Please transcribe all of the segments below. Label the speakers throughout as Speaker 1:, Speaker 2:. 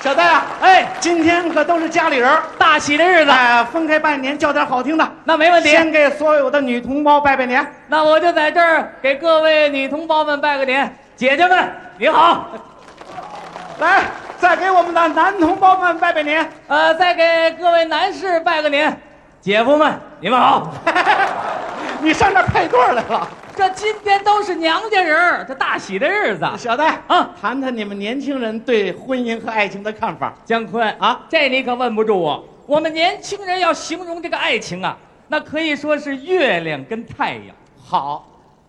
Speaker 1: 小戴啊，哎，今天可都是家里人儿，
Speaker 2: 大喜的日子，
Speaker 1: 哎，分开拜年，叫点好听的。
Speaker 2: 那没问题。
Speaker 1: 先给所有的女同胞拜拜年。
Speaker 2: 那我就在这儿给各位女同胞们拜个年，姐姐们你好，
Speaker 1: 来，再给我们的男同胞们拜拜年。
Speaker 2: 呃，再给各位男士拜个年，姐夫们你们好。
Speaker 1: 你上这儿配对儿来了，
Speaker 2: 这今天都是娘家人儿，这大喜的日子。
Speaker 1: 小戴
Speaker 2: 啊
Speaker 1: 谈谈你们年轻人对婚姻和爱情的看法。
Speaker 2: 姜昆
Speaker 1: 啊
Speaker 2: 啊，这你可问不住我。我们年轻人要形容这个爱情啊，那可以说是月亮跟太阳，
Speaker 1: 好，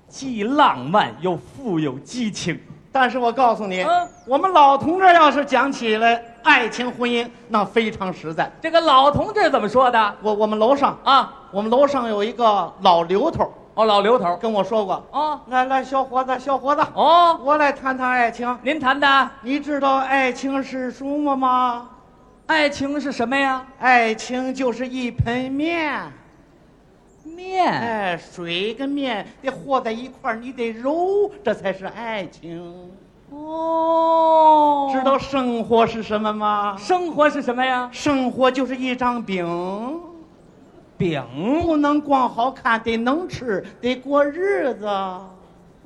Speaker 2: 既浪漫又富有激情。
Speaker 1: 但是我告诉你，
Speaker 2: 嗯
Speaker 1: 我们老同志要是讲起来爱情婚姻，那非常实在。
Speaker 2: 这个老同志怎么说的
Speaker 1: 我我们楼上，
Speaker 2: 啊？
Speaker 1: 我们楼上有一个老刘头
Speaker 2: 哦，老刘头
Speaker 1: 跟我说过，
Speaker 2: 哦
Speaker 1: 来来，小伙子，小伙子，
Speaker 2: 哦，
Speaker 1: 我来谈谈爱情。
Speaker 2: 您谈的
Speaker 1: 你知道爱情是什么吗？
Speaker 2: 爱情是什么呀？
Speaker 1: 爱情就是一盆面，
Speaker 2: 面
Speaker 1: 哎，水跟面得和在一块儿，你得揉，这才是爱情。
Speaker 2: 哦，
Speaker 1: 知道生活是什么吗？
Speaker 2: 生活是什么呀？
Speaker 1: 生活就是一张饼，
Speaker 2: 饼
Speaker 1: 不能光好看，得能吃，得过日子。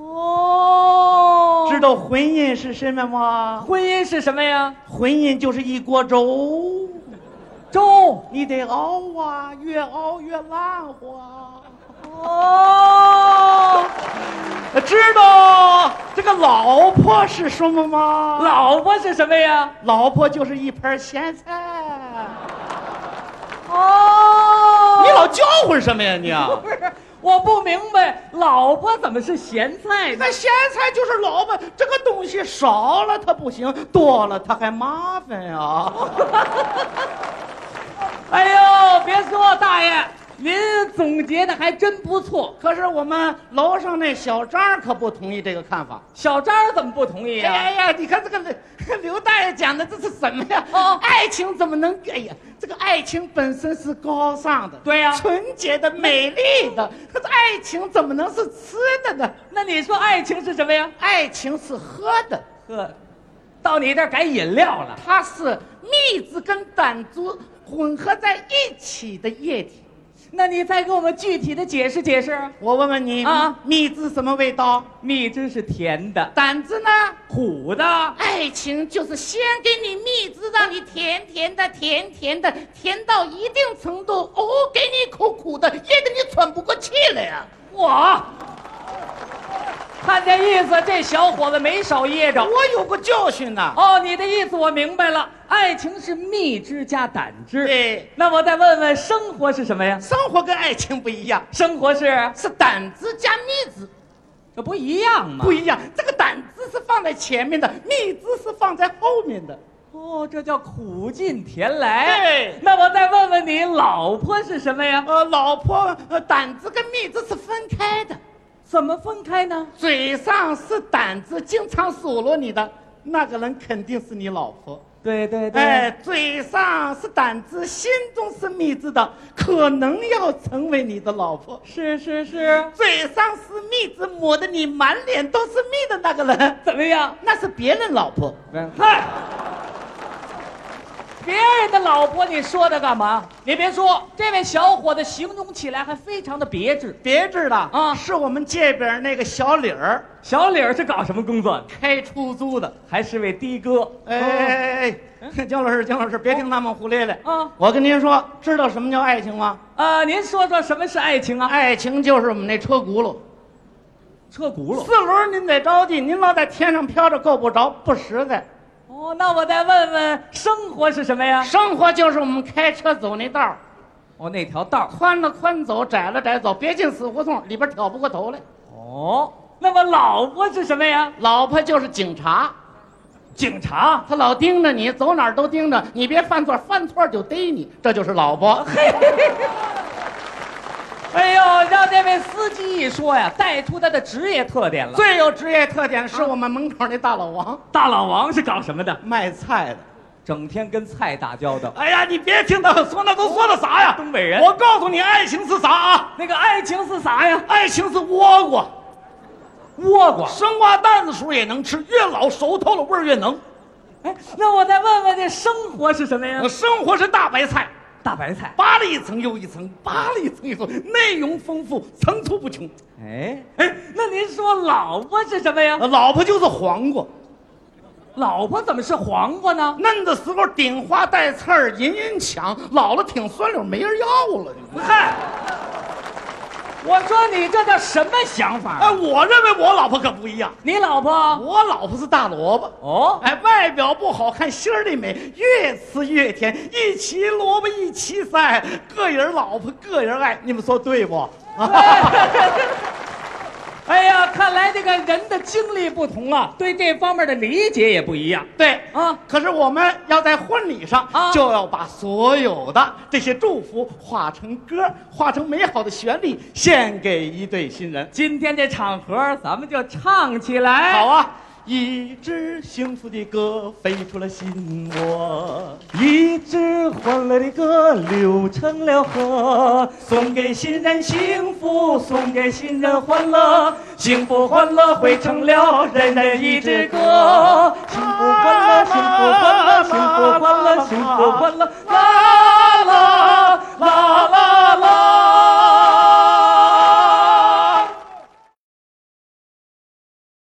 Speaker 2: 哦，
Speaker 1: 知道婚姻是什么吗？
Speaker 2: 婚姻是什么呀？
Speaker 1: 婚姻就是一锅粥，
Speaker 2: 粥
Speaker 1: 你得熬啊，越熬越烂乎啊。
Speaker 2: 哦。
Speaker 1: 知道这个老婆是什么吗？
Speaker 2: 老婆是什么呀？
Speaker 1: 老婆就是一盘咸菜。
Speaker 2: 哦
Speaker 1: 你老叫唤什么呀你、啊
Speaker 2: 不是，我不明白，老婆怎么是咸菜呢
Speaker 1: 那？咸菜就是萝卜，这个东西少了它不行，多了它还麻烦呀、
Speaker 2: 哎呦，别说大爷，您总结的还真不错。
Speaker 1: 可是我们楼上那小张可不同意这个看法。
Speaker 2: 小张怎么不同意啊
Speaker 1: 哎呀
Speaker 2: 呀、
Speaker 1: 哎呀，你看这个刘 刘大爷讲的这是什么呀？
Speaker 2: 哦
Speaker 1: 爱情怎么能？哎呀，这个爱情本身是高尚的，
Speaker 2: 对啊呀
Speaker 1: 纯洁的、美丽 的，可是爱情怎么能是吃的呢？
Speaker 2: 那你说爱情是什么呀？
Speaker 1: 爱情是喝的，
Speaker 2: 呵，到你这儿改饮料了。
Speaker 1: 它是蜜汁跟胆汁混合在一起的液体。
Speaker 2: 那你再给我们具体的解释解释。
Speaker 1: 我问问你
Speaker 2: 啊
Speaker 1: 蜜汁什么味道？
Speaker 2: 蜜汁是甜的，
Speaker 1: 胆汁呢？
Speaker 2: 苦的。
Speaker 1: 爱情就是先给你蜜汁，让你甜甜的、甜甜的，甜到一定程度，哦，给你苦苦的，噎得你喘不过气来啊呀、
Speaker 2: 我看这意思，这小伙子没少噎着。
Speaker 1: 我有个教训呐、
Speaker 2: 哦，你的意思我明白了，爱情是蜜汁加胆汁。
Speaker 1: 对
Speaker 2: 那我再问问，生活是什么呀？
Speaker 1: 生活跟爱情不一样，
Speaker 2: 生活是
Speaker 1: 是胆汁加蜜汁，
Speaker 2: 这不一样吗？
Speaker 1: 不一样。这个胆汁是放在前面的，蜜汁是放在后面的。
Speaker 2: 哦，这叫苦尽甜来。
Speaker 1: 对
Speaker 2: 那我再问问你，老婆是什么呀？
Speaker 1: 呃，老婆，呃，胆汁跟蜜汁是分开的，
Speaker 2: 怎么分开呢？
Speaker 1: 嘴上是胆汁，经常数落你的那个人肯定是你老婆。
Speaker 2: 对对对，
Speaker 1: 哎，嘴上是胆汁，心中是蜜汁的，可能要成为你的老婆。
Speaker 2: 是是是，
Speaker 1: 嘴上是蜜汁，抹得你满脸都是蜜的那个人，
Speaker 2: 怎么样？
Speaker 1: 那是别人老婆。哎
Speaker 2: 嗨，别人的老婆你说他干嘛？你别说，这位小伙子形容起来还非常的别致。
Speaker 1: 别致的
Speaker 2: 啊
Speaker 1: 是我们这边那个小李儿
Speaker 2: 小李儿是搞什么工作的？
Speaker 1: 开出租的。
Speaker 2: 还是位的哥。哦
Speaker 1: 哎哎哎
Speaker 2: 嗯
Speaker 1: 哎， 姜老师，姜老师，别听他们胡咧咧
Speaker 2: 啊
Speaker 1: 我跟您说，知道什么叫爱情吗？
Speaker 2: 啊，您说说什么是爱情啊？
Speaker 1: 爱情就是我们那车轱辘，
Speaker 2: 车轱辘。
Speaker 1: 四轮您得着地，您老在天上飘着够不着，不实在。
Speaker 2: 哦，那我再问问，生活是什么呀？
Speaker 1: 生活就是我们开车走那道儿
Speaker 2: 哦，那条道儿。
Speaker 1: 宽了宽走，窄了窄走，别进死胡同，里边挑不过头来。
Speaker 2: 哦，那么老婆是什么呀？
Speaker 1: 老婆就是警察，
Speaker 2: 警察。
Speaker 1: 她老盯着你，走哪儿都盯着你，别犯错，犯错就逮你，这就是老 婆。
Speaker 2: 哎呦，让这位司机一说呀，带出他的职业特点了。
Speaker 1: 最有职业特点是我们门口那大老王，
Speaker 2: 大老王是搞什么的？
Speaker 1: 卖菜的。
Speaker 2: 整天跟菜打交道。
Speaker 1: 哎呀，你别听他说那都说的啥呀？
Speaker 2: 东北人
Speaker 1: 我告诉你，爱情是啥啊？
Speaker 2: 那个爱情是啥呀？
Speaker 1: 爱情是倭瓜，
Speaker 2: 倭瓜。
Speaker 1: 生瓜蛋子时候也能吃，越老熟透了味儿越能。
Speaker 2: 哎，那我再问问这生活是什么呀
Speaker 1: 我？生活是大白菜，
Speaker 2: 大白菜。
Speaker 1: 扒了一层又一层，扒了一层又一层，内容丰富，层出不穷。
Speaker 2: 哎哎，那您说老婆是什么呀？
Speaker 1: 呃老婆就是黄瓜，
Speaker 2: 老婆怎么是黄瓜呢？
Speaker 1: 嫩的时候顶花带刺儿，人人抢，老了挺酸溜，没人要了。你说
Speaker 2: 嗨，我说你这叫什么想法
Speaker 1: 哎，
Speaker 2: 啊？
Speaker 1: 我认为我老婆可不一样，
Speaker 2: 你老婆
Speaker 1: 我老婆是大萝卜。
Speaker 2: 哦，
Speaker 1: 哎，外表不好看，心儿里美，越吃越甜，一齐萝卜一齐塞，个人老婆个人爱，你们说对不？
Speaker 2: 哎呀，看来这个人的经历不同啊，对这方面的理解也不一样
Speaker 1: 对
Speaker 2: 啊。
Speaker 1: 可是我们要在婚礼上，
Speaker 2: 啊
Speaker 1: 就要把所有的这些祝福化成歌，化成美好的旋律，献给一对新人。
Speaker 2: 今天这场合，咱们就唱起来。
Speaker 1: 好啊！一支幸福的歌飞出了心窝，
Speaker 2: 一支欢乐的歌流成了河，
Speaker 1: 送给新人幸福，送给新人欢乐
Speaker 2: 乐，
Speaker 1: 幸福欢乐汇成了人人一支歌。
Speaker 2: 幸福欢乐，幸福欢乐，幸福欢乐，幸福欢乐，啦